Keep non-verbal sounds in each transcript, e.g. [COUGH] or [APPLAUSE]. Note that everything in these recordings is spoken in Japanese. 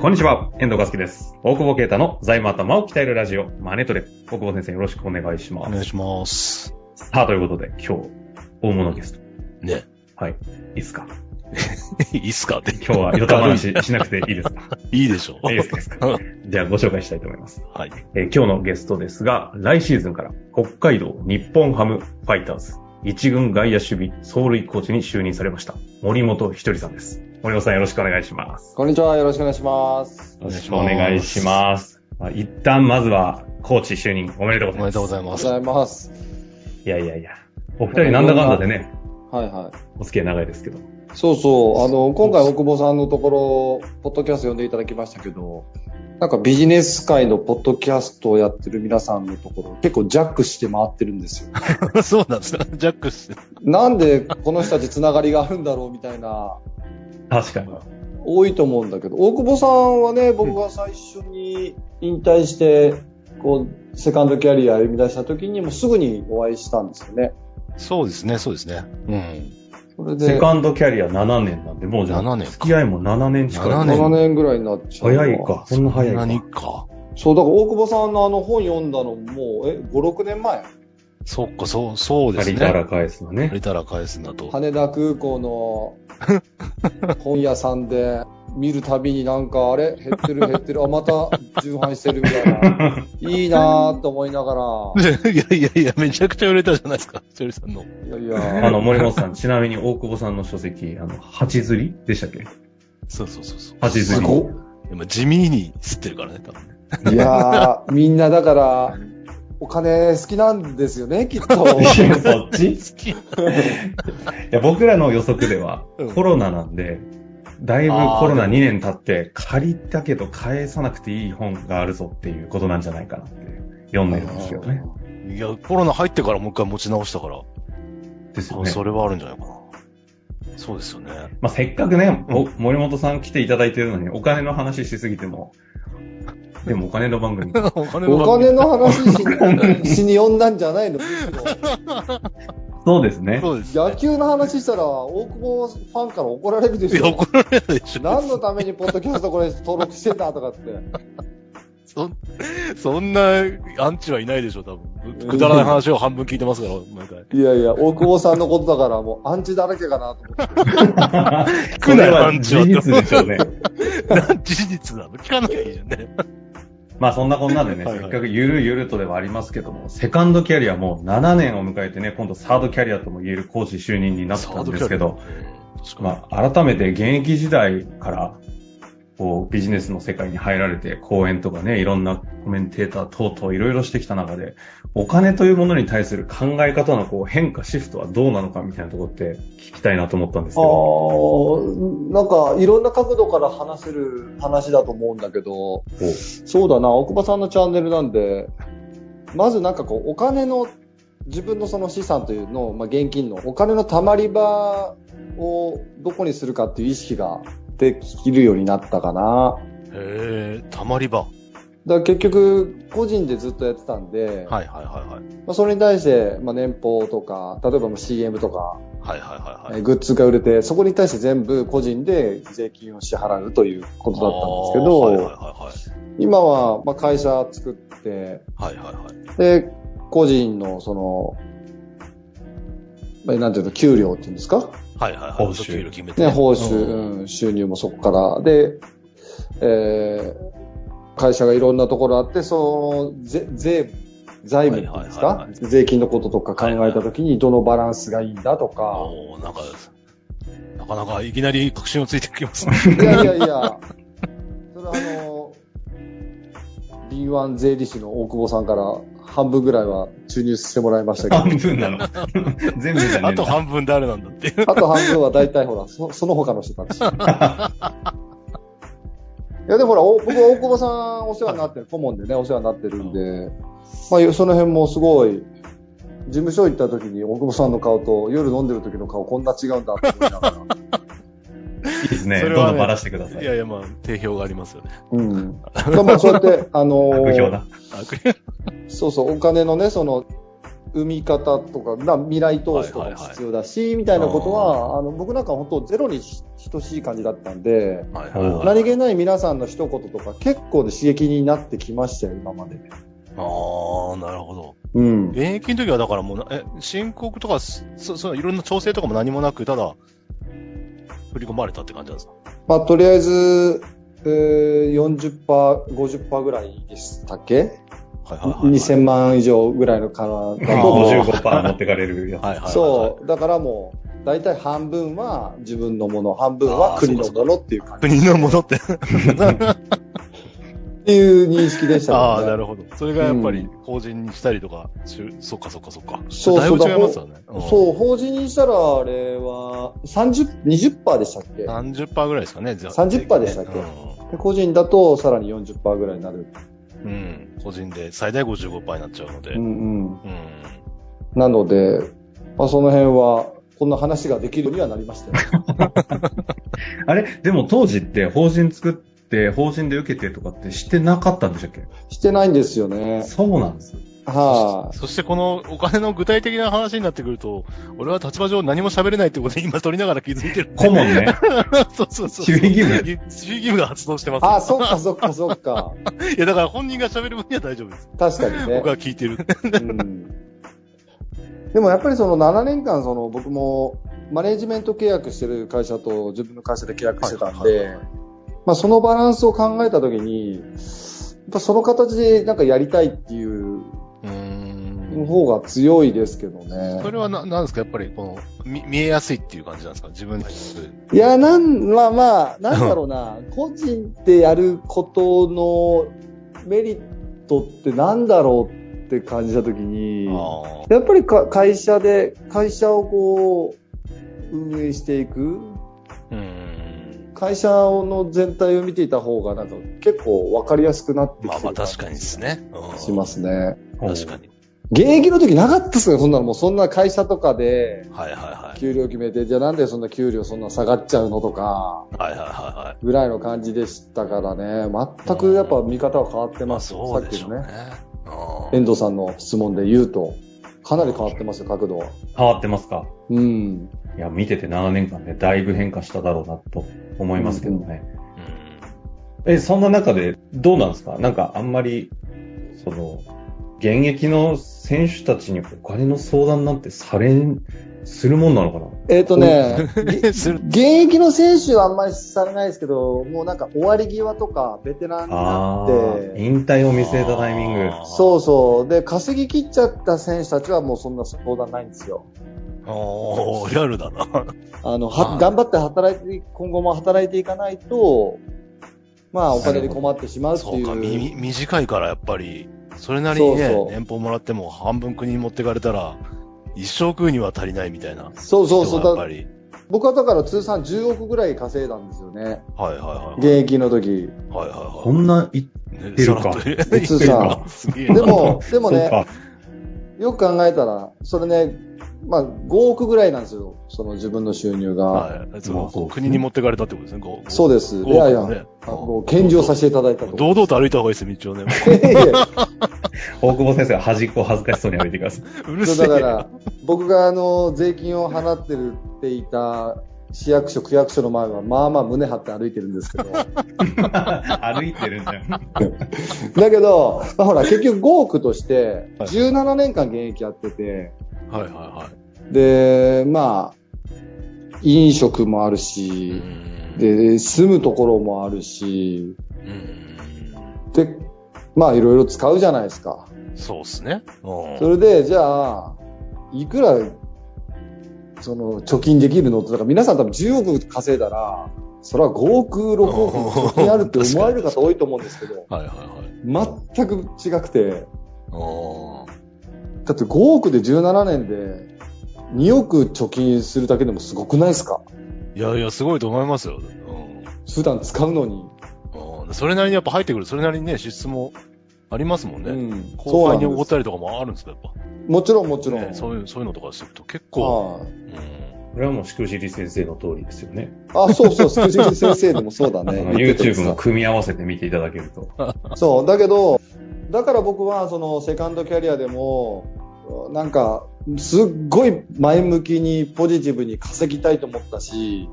こんにちは、遠藤和樹です。大久保啓太の財務頭を鍛えるラジオ、マネトレ。大久保先生よろしくお願いしまおす。願いします。さあ、ということで、今日、大物ゲスト。ね。 [LAUGHS] はい。いいですかいいっすかね [LAUGHS] 今日はヨタ話しなくていいですかいいでしょいいですかじゃあ、ご紹介したいと思います、はい。えー今日のゲストですが、来シーズンから北海道日本ハムファイターズ一軍外野守備走塁コーチに就任されました、森本ひとりさんです。森本さんよろしくお願いします。こんにちは、よろしくお願いします。よろしくお願いします。まあ一旦まずは、コーチ就任おめでとうおごめざいでます。とうございおはまようすご。ざいます。いやいやいや。お二人なんだかんだでね、はいはお付き合い長いですけど。い。そうそう、あの、今回大久保さんのところ、ポッドキャスト呼んでいただきましたけど、なんかビジネス界のポッドキャストをやってる皆さんのところ、結構ジャックして回ってるんですよ。 [LAUGHS] そうなんですね。ジャックして。なんでこの人たちつながりがあるんだろうみたいな、確かに。多いと思うんだけど、大久保さんはね、僕が最初に引退して、こう、セカンドキャリア歩み出した時にもうすぐにお会いしたんですよね。そうですね、そうですね。うん。それセで、カンドキャリア7年なんで、もうじゃあ、 7年か付き合いも7年近7い。年7年ぐらいになっちゃうな早いか。そんな早い何か。か。そう、だから大久保さんのあの本読んだのも、え、5、6年前そっか、そう、そうで借すりね。たら返すのね。借りたら返すんだと。羽田空港の [LAUGHS] 本屋さんで見るたびになんか、あれ減ってる減ってる。あ、また重版してるみたいな。 [LAUGHS] いいなぁと思いながいら。やいやいや、めちゃくちゃ売れたじゃないですか、ひとりさんの。いやいあや、の、森本さん、ちなみに大久保さんの書籍、あの、八釣りでしたっけそうそうそうそう。八釣すり。ご今、地味に吸ってるからね、多分ね。いやーみんなだから、お金好きなんですよね、きっ [LAUGHS] と。いやそっ [LAUGHS] ちい好き。や、僕らの予測ではうん、コロナなんで、だいぶコロナ2年経って、借りたけど返さなくていい本があるぞっていうことなんじゃないかなって、読んでるんですけどね。いや、コロナ入ってからもう一回持ち直したから、ですよあね。それはあるんじゃないかな。そうですよね。まあ、せっかくね、お森本さん来ていただいてるのに、お金の話しすぎても、でもお金の番 [LAUGHS] 組、お金おは金の話ししに呼んだんじゃないのむしろそうですね。 [LAUGHS] そうですね。野球の話したら、大久保ファンから怒られるでいしや、ょ。怒られないでしょ。何のためにポッドキャストこれ登録してんだとかって。そん、そんな、アンチはいないでしょ、多分。くだらない話を半分聞いてますから、毎回。 [LAUGHS] いやいや、大久保さんのことだからもうアンチだらけかなと思って。聞くなよは事実でしょうね。事実なの聞かなきゃいいじゃんね。 [LAUGHS] まあそんなこんなでね、はいはいせっかくゆるゆるとではありますけども、セカンドキャリアもう7年を迎えてね、今度サードキャリアとも言える講師就任になったんですけど、確かに。まあ改めて現役時代から、こうビジネスの世界に入られて、講演とかね、いろんなコメンテーター等々いろいろしてきた中で、お金というものに対する考え方のこう変化、シフトはどうなのかみたいなところって聞きたいなと思ったんですけど、ああ、なんかいろんな角度から話せる話だと思うんだけど、そうだな、大久保さんのチャンネルなんで、まずなんかこう、お金の、自分のその資産というのを、まあ、現金のお金の貯まり場をどこにするかっていう意識ができるようになったかな。へえ、たまり場。はいだから結局、個人でずっとやってたんで、はいはいはい。まあ、それに対して、まあ、年俸とか、例えばもう CM とか、はいはいはいはえい。ーグッズが売れて、そこに対して全部個人で税金を支払うということだったんですけど、はいはいは今はまあ会社作って、いはい。はいはいはい。で、個人のその、まあなんていうの、給料っていうんですかはいはいはい。報酬そう給料決めてね、報酬、うんうん収入もそこから。で、えー会社がいろんなところあって、その、ぜ税、財務っていうんですはいはかいはい税金のこととか考えたときに、どのバランスがいいんだとか、おーなんか、なかなかいきなり確信をついてきますね。いやいやいや、それはあの、敏腕税理士の大久保さんから半分ぐらいは注入してもらいましたけ半分なの。[LAUGHS] 全部じゃねえあんとだ半分誰なんだっていう。ど、あと半分は大体ほら、そその他の人たち。いやでもほら、お僕は大久保さんお世話になってる、顧問でね、お世話になってるんで、まあその辺もすごい、事務所行った時に大久保さんの顔と夜飲んでる時の顔こんな違うんだって思いながら。いいですね。それどんはどんねばらしてくださいい。やいや、まあ、定評がありますよね。うん。まあまあそうやって、あのー悪評だ。あそうそう、お金のね、その、生み方とか、な未来投資とかはいもはいはい必要だし、みたいなことあは、あの、僕なんか本当ゼロに等しい感じだったんで、はいはいはい。何気ない皆さんの一言とか結構で刺激になってきましたよ、今まで。ああ、なるほど。うん。現役の時はだからもうな、え、申告とか、そ、そ、いろんな調整とかも何もなく、ただ、振り込まれたって感じなんですかまあ、とりあえず、えー、40%、50%ぐらいでしたっけはいはいはいはい。 2000万以上ぐらいのからだと、あ55%持ってかれるやつ。はいはいはいはい。そう、だからもう、大体半分は自分のもの、半分は国のものっていう感じ国のも [LAUGHS] のって。っていう認識でしたああ、ね。なるほど。それがやっぱり、法人にしたりとか、しゅそっかそっかそっか。そうだいぶそうだ違いますよね。うん。そう、法人にしたら、あれは、30、20%でしたっけ30%ぐらいですかね、じゃあ。 30%でしたっけうで個人だとさらに40%ぐらいになる。ん。うん。個人で最大55%になっちゃうので。ううん。んうん。なので、まあ、その辺は、こんな話ができるようにはなりましたよ。 [LAUGHS] あれでも当時って法人作って、法人で受けてとかってしてなかったんでしたっけしてないんですよね。そうなんです。はそしてこのお金の具体的な話になってくると、俺は立場上何も喋れないってことに今取りながら気づいてる。顧問 [LAUGHS] ね。そうそうそう。守秘義務守秘義務が発動してまい、す。ああ、そっかそっかそっか。いや、だから本人が喋る分には大丈夫です。確かに [LAUGHS] ね僕。は聞いてる。うんでもやっぱりその7年間その僕もマネジメント契約してる会社と自分の会社で契約してたはんいはいでは、まあそのバランスを考えたときに、やっぱその形でなんかやりたいっていううーん。方が強いですけどねそ。れはな、なんですかやっぱり、この、見、見えやすいっていう感じなんですか自分で。いや、なん、まあまあ、なんだろうな、個人でやることのメリットってなんだろうって感じたときに、あやっぱりか会社で、会社をこう、運営していく、あ。うーん。会社の全体を見ていた方が、なんか結構わかりやすくなってきてるまあまあ確かにですね。うんしますね。確か。に。現役の時なかったっすね、そんなの。もうそんな会社とかで、はいはいはい。給料決めて、じゃあなんでそんな給料そんな下がっちゃうのとか、はいはいはいはい。ぐらいの感じでしたからね、全くやっぱ見方は変わってままあす。そうでしょうね。さっきのあ遠藤さんの質問で言うと、かなり変わってますよ、角度は。変わってますかうん。いや、見てて7年間でだいぶ変化しただろうなと思いますけどね。あうんえ、そんな中でどうなんですかなんかあんまり、その、現役の選手たちにお金の相談なんてされん、するもんなのかなえっ、とね、する [LAUGHS] 現役の選手はあんまりされないですけど、もうなんか終わり際とか、ベテランになあっあ、て、引退を見据えたタイミング。あーそうそう。で、稼ぎ切っちゃった選手たちはもうそんな相談ないんですよ。おー、リアルだな。あの、ははい頑張って働いて、今後も働いていかないと、まあお金に困ってしまうってそいうう。か、み、み短いからやっぱり、それなりにね、そうそう年俸もらっても半分国に持ってかれたら、一生食うには足りないみたいな。そうそうそ人う。がやっぱだり。僕はだから通算10億ぐらい稼いだんですよね。はいはいはい。現役の時。はいはこんな、いいはい。出るかねさらっと普 [LAUGHS] 通さすげえな。でも、でそもうね、かよく考えたら、それね、まあ5億ぐらいなんですよ。その自分の収入が。はい。そまあそうのですね国に持ってかれたってことですね、こうそうです。いやいや、あの、献上させていただいたと。 [LAUGHS] 堂々と歩いた方がいいですよ、道をね。いやいや大久保先生は端っこ恥ずかしそうに歩いてください。 [LAUGHS] うるせそうえ。だから、僕があの、税金を払ってるっていた市役所、区役所の前は、まあまあ胸張って歩いてるんですけど。歩いて [LAUGHS] るんじゃん。だけど、まあ、ほら、結局5億として、はい17年間現役やってて、はいはいはい。で、まあ、飲食もあるうし、んで、住むところもあるし、うんで、まあいろいろ使うじゃないですか。そうっすね。うんそれで、じゃあ、いくら、その、貯金できるのって、だから皆さん多分10億稼いだら、それは5億、6億貯金あるって思われる方多いと思うんですけど、はいはいはい。全く違くて、あだって5億で17年で、2億貯金するだけでもすごくないですかーいやいや、すごいと思いますよ。うん普段使うのに。うんそれなりにやっぱ入ってくる、それなりにね、支出もありますもんね。うん後輩におごっそうたりとかもあるんですか、やっぱ。なんですもちろんもちろん。ねそういう、そういうのとかしてると結構、はいうんこれはもうしくじり先生の通りですよね。あ、そうそう、スクジュ先生でもそうだあ [LAUGHS] ね。の YouTube も組み合わせて見ていただけると。そう、だけど、だから僕はそのセカンドキャリアでも、なんか、すっごい前向きにポジティブに稼ぎたいと思ったし、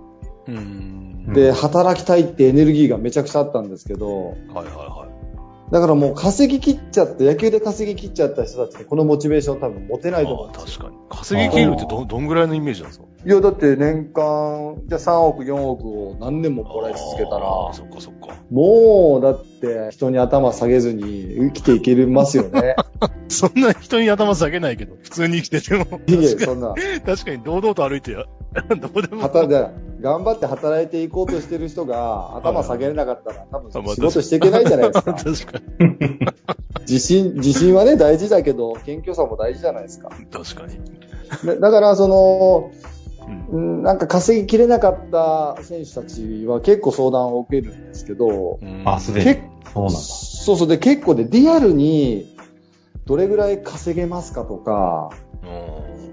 うん。で、うん働きたいってエネルギーがめちゃくちゃあったんですけど、はいはいはい。だからもう稼ぎ切っちゃった、野球で稼ぎ切っちゃった人たちにこのモチベーション多分持てないと思うあんあですよ。確かに。稼ぎ切るってど、どんぐらいのイメージなんですかいや、だって年間、じゃあ3億、4億を何年ももらい続けたら、ああそっかそっか。もう、だって、人に頭下げずに生きていけますよね。そんな人に頭下げないけど、普通に生きてても、 [LAUGHS] いやいやそんな。確かに堂々と歩いてや、 [LAUGHS] どうでも。働で頑張って働いていこうとしてる人が頭下げれなかったら、多あまあ分仕事していけないじゃないですか。 [LAUGHS] 確かに。 [LAUGHS] 自信、自信はね、大事だけど、謙虚さも大事じゃないですか。確かに。だだから、その、うん。うんなんか稼ぎきれなかった選手たちは結構相談を受けるんですけど、あ、すで結に。そうなんだ。そうそう、で、結構で、リアルに、どれぐらい稼げますかとか、うんは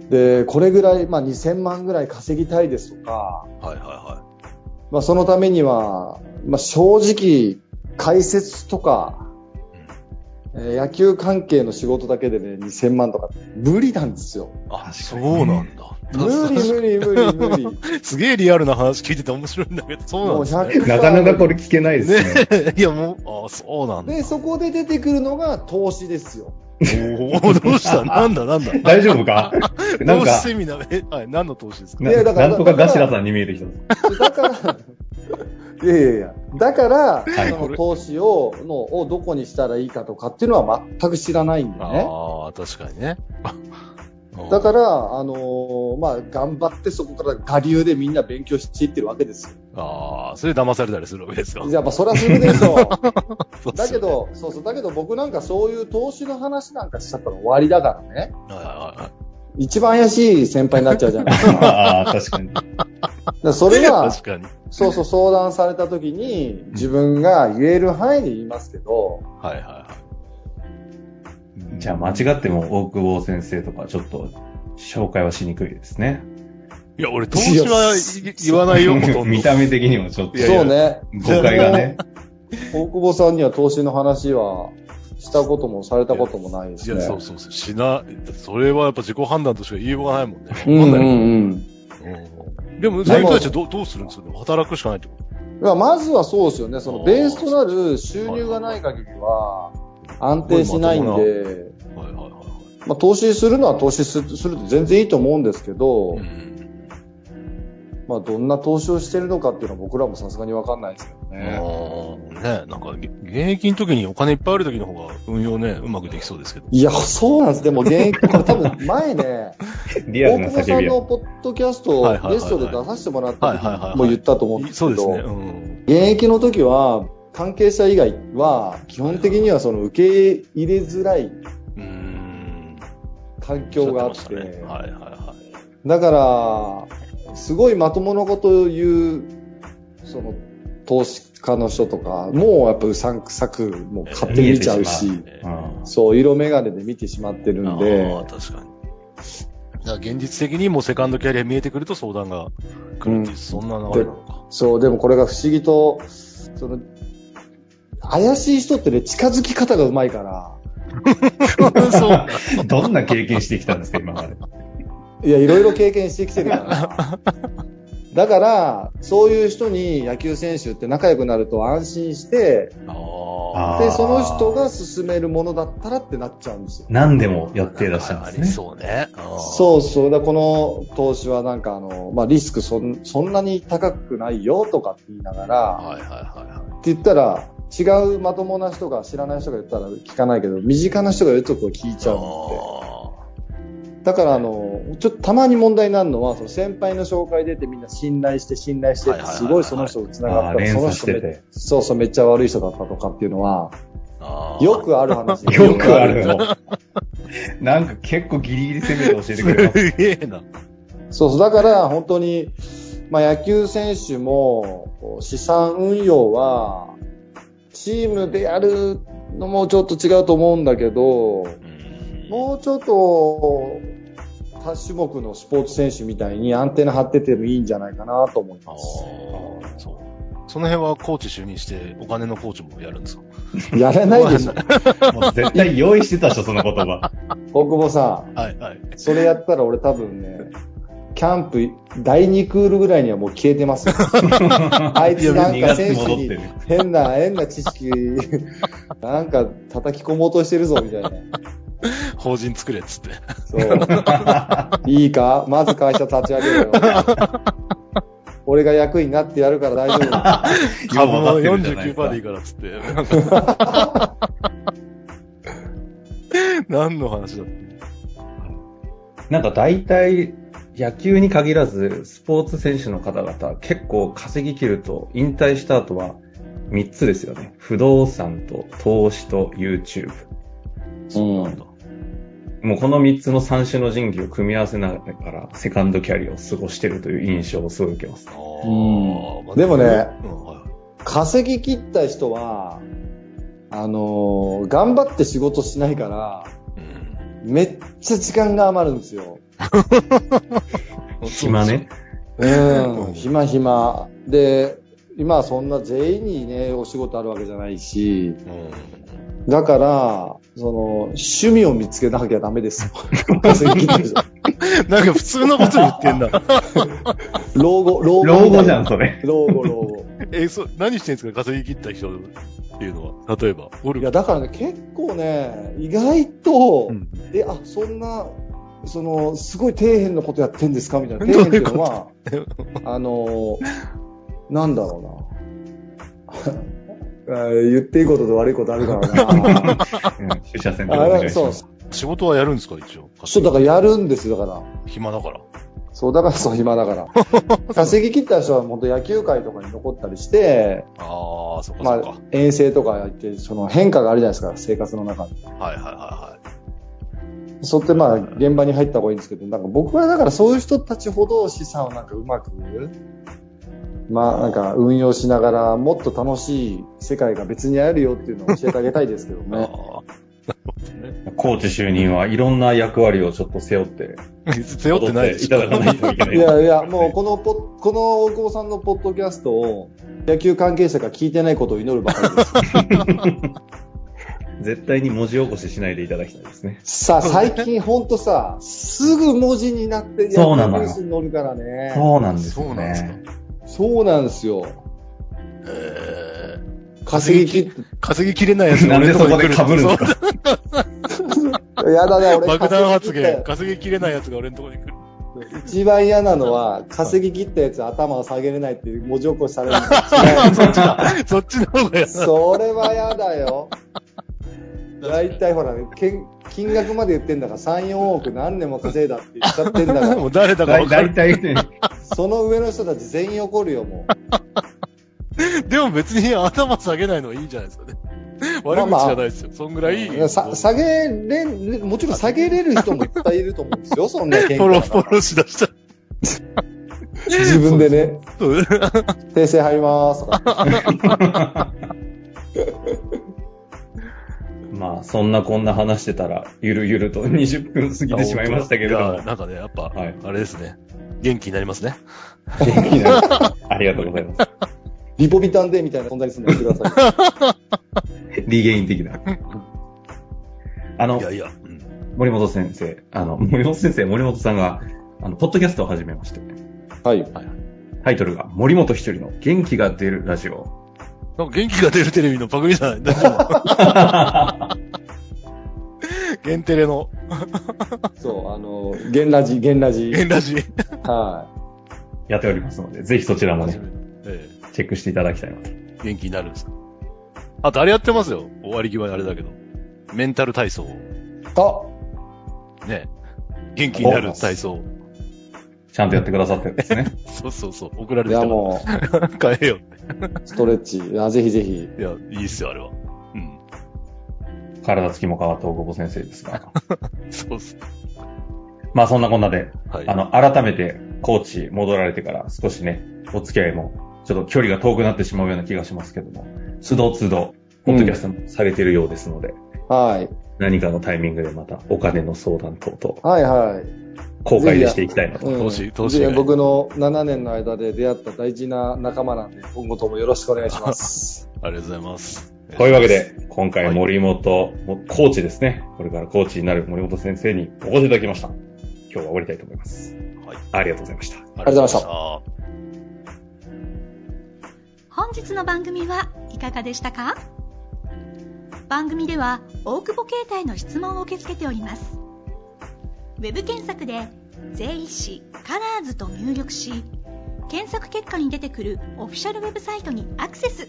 いで、これぐらい、まあ、2000万ぐらい稼ぎたいですとか、はいはまあ、そのためには、まあ、正直、解説とか、えー野球関係の仕事だけでね、2000万とか、無理なんですよ。い。あ、 [LAUGHS] そうなんだ。無理無理無理無理。すげえリアルな話聞いてて面白いんだけど、そうなんです [LAUGHS] ね。なかなかこれ聞けないですね。いや、もう、ああ、そうなんだ。で、そこで出てくるのが投資ですよ。おお、どうしたなんだなんだ大丈夫かなん投資か、セミナー、え、はい、何の投資ですかないやだからなんとかガシラさんに見えてきた。だから、いやいやいや、だから、いその投資を、のをどこにしたらいいかとかっていうのは全く知らないんでね。ああ、確かにね。だら、から、あのーまあ、頑張ってそこから我流でみんな勉強していってるわけですよ。ああ、それ騙されたりするわけですよ。やっぱそりゃするでしょう。 [LAUGHS] そうっだすよけね、ど、そうそう、だけど僕なんかそういう投資の話なんかしちゃったら終わりだからね。はいはいはい一番怪しい先輩になっちゃうじ [LAUGHS] ゃないですか。だかああ、確かに。らそれが、確かに。そうそう相談された時に、自分が言える範囲で言いますけど、はいはいはじゃあ間違っても大久保先生とかちょっと紹介はしにくいですね。い。いや、俺、投資はい言わないよ、ほとんど。 [LAUGHS] 見た目的にもちょっといやいやそうね、誤解がね。大久保さんには投資の話はしたこともされたこともないでいすや、ね。そうそうそう。しな、それはやっぱ自己判断としか言いようがないもんね。うんうわかんないんうん。うんでも、そういう人たちはどうどうするんですかね働くしかないってことまあまずはそうですよね、そあのーベースとなる収入がない限りは安定しないんまとはで、いはいはいはい。まあ、投資するのは投資するすると全然いいと思うんですけうど、んまあ、どんな投資をしてるのかっていうのは僕らもさすがにわかんないですけどあね。ーねなんか、げ現役の時にお金いっぱいある時の方が運用ね、うまくできそうですけど。いや、そうなんです。でも現 [LAUGHS] 役、これ多分前ね、リア大ルな久保さ叫んびのや。ポッドキャストをはいはいはいはいゲストで出させてもらったはいはいはいは時いも言ったと思うんですそうけですね。ど、うん。現役の時は関係者以外は基本的にはその受け入れづらいうん。環境があっおっしゃて、ましたねはいはいはい。だから、すごいまともなことを言う、その、投資家の人とか、もうやっぱうさんくさく、もう勝手に見ちゃうし、えうーんそう、色眼鏡で見てしまってるんああで、確かに。だから現実的にもうセカンドキャリア見えてくると相談が来るっていう、うんそんな流れなのか。そう、でもこれが不思議と、その、怪しい人ってね、近づき方がうまいから、 [LAUGHS] そうなんだ。どんな経験してきたんですか、今まで。いや、いろいろ経験してきて [LAUGHS] るから。だから、そういう人に野球選手って仲良くなると安心して、ああ。あーで、その人が勧めるものだったらってなっちゃうんですよ。何でもやっていらっしゃるあんりですね。そうね。あーそうそう。だからこの投資はなんかあの、まあ、リスクそんそんなに高くないよとかって言いながら、はいはいはいはい。って言ったら、違うまともな人が知らない人が言ったら聞かないけど、身近な人が言うとこう聞いちゃうので。だからあの、ちょっとたまに問題になるのは、その先輩の紹介出てみんな信頼して信頼してっはて、いはいはいすごいその人と繋があっーたら、連その鎖し人めてて。そうそうめっちゃ悪い人だったとかっていうのは、あーよくある話。 [LAUGHS] よくあるの。なんか結構ギリギリ攻めて教えてくれます。すげえな。そうそう、だから本当に、まあ、野球選手もこう資産運用はチームでやるのもちょっと違うと思うんだけど、もうちょっと多種目のスポーツ選手みたいにアンテナ張っててもいいんじゃないかなと思いあます。ーそうその辺はコーチ就任して、お金のコーチもやるんですかやれないでしょ。もう絶対用意してたでしょ、その言葉。大久保さん、はい、はい。それやったら俺多分ね、キャンプ第2クールぐらいにはもう消えてますよ。 [LAUGHS] あいつなん2か月選手戻ってにる。変な、変な知識、なんか叩き込もうとしてるぞ、みたいな。法人作れっつって。そう。いいかまず会社立ち上げるよ。俺が役員になってやるから大丈夫。今分かってるじゃないですか49%でいいからっつって。 [LAUGHS] 何の話だっなんか大体、野球に限らず、スポーツ選手の方々、結構稼ぎ切ると、引退した後は、3つですよね。不動産と投資と YouTube。そうなんだ。もうこの3つの3種の神器を組み合わせながら、セカンドキャリアを過ごしてるという印象をすごい受けます。あうんーまあでもねうんはい稼ぎ切った人は、あのー頑張って仕事しないから、うんめっちゃ時間が余るんですよ。 [LAUGHS] 暇ね。う、うんん暇暇。で、今はそんな全員にね、お仕事あるわけじゃないし、うんだから、その、趣味を見つけなきゃダメですよ。 [LAUGHS] 稼ぎ切った人なんか普通のこと言ってんだ。老後、老後。老後じゃん、。それ。老後、老 [LAUGHS] 後。え、そう、何してんですか稼ぎ切った人っていうのは。例えば、ゴルいフや、。だからね、結構ね、意外と、うんえ、あ、そんな、その、すごい底辺のことやってんですかみたいな。底辺っていうのは、 [LAUGHS] あの、なんだろうな。あ [LAUGHS] ー言っていいことと悪いことあるから [LAUGHS] な。うん、取捨選択おあ願れいしそうま、す。仕事はやるんですか一応。そう、だからやるんですよ、だから。暇だから。そう、だからそう、暇 [LAUGHS] だから。稼ぎ切った人は、本当野球界とかに残ったりして、ああ、そっかまそっあ、遠征とか行って、その変化があるじゃないですか、生活の中に。か。はいはいはそうやってまあ現場に入った方がいいんですけど、なんか僕はだからそういう人たちほど資産をなんかうまく、まあなんか運用しながらもっと楽しい世界が別にあるよっていうのを教えてあげたいですけどいはい。 [LAUGHS] ね。あコーチ就任はいろんな役割をちょっと背負って、あ。背負ってないでいしただかないといけない。いやいや、もうこのポッこの大久保さんのポッドキャストを野球関係者が聞いてないことを祈るばかりです。絶対に文字起こししないでいただきたいですね。さあ最近ほんとさ、すぐ文字になってそうなのニよュースに載るからね。そうなんですそようなんですかね。。そうなんですよ。えー稼ぎ切って稼ぎきれないやつなんでそこで被るんですかかやだね、俺爆弾発言。稼稼ぎきれないやつが俺のところに [LAUGHS] 来る。ぎ切った一番嫌なのは、稼ぎ切ったやつ頭を下げれないっていう文字起こしさ [LAUGHS] れるのが一番そっちの方が [LAUGHS] やだ。それは嫌だよ。大体ほら、けん金額まで言ってんだから、3、4億何年も稼いだって言っちゃってんだから、もう誰だか大分かる大。体ね、その上の人たち全員怒るよ、もう。でも別に頭下げないのはいいじゃないですかね。悪口じゃないですよ。そんぐらい。さ下げれん、もちろん下げれる人もいっぱいいると思うんですよ、そんな喧ポ嘩ロだポからロしだした。自分でね、そう訂正入りますとか。 [LAUGHS] まあ、そんなこんな話してたら、ゆるゆると20分過ぎてしまいましたけれどいやも、なんかね、やっぱ、はいあれですね。元気になりますね。元気になりました [LAUGHS] ありがとうございます。リポビタンデーみたいな存在にするのやめてください。リゲイン的な。あのいや、いや。うん森本先生、あの、森本先生、森本さんが、あの、ポッドキャストを始めまして、 [LAUGHS] はい。タイトルが、森本一人の元気が出るラジオ。なんか元気が出るテレビのパクリじゃな [LAUGHS] い大丈夫元テレの、そう、あの、ゲンラジ、ゲンラジ。元ラジ。はやっておりますので、ぜひそちらもね、えチェックしていただきたいなと。え元気になるんですかあとあれやってますよ。終わり際にあれだけど。メンタル体操。い。あね。元気になる体操。ちゃんとやってくださってるんですね。そうそうそう。送られいてきやたかもら変えようっう、ストレッチ。いやぜひぜひ。て。いや、いいっすよ、あれは。うん。体つきも変わった大久保先生ですが。そうっす。 [LAUGHS] まあそんなこんなで、はい。あの、改めて、コーチ戻られてから少しね、お付き合いも、ちょっと距離が遠くなってしまうような気がしますけども、都度都度、ポッドキャストもされているようですので、はい。何かのタイミングでまたお金の相談等々、はいはい。公開でしていきたいなと。うん投資投資以外で僕の7年の間で出会った大事な仲間なんで、今後ともよろしくお願い [LAUGHS] します。ありがとうございます。というわけで、今回森本、もコーチですね。これからコーチになる森本先生にお越しいただきました。今日は終わりたいと思います。はいありがとうございました。ありがとうございましたた。本日の番組はいかがでしたか番組では大久保携帯の質問を受け付けておりますウェブ検索で「税理士カラーズと入力し検索結果に出てくるオフィシャルウェブサイトにアクセス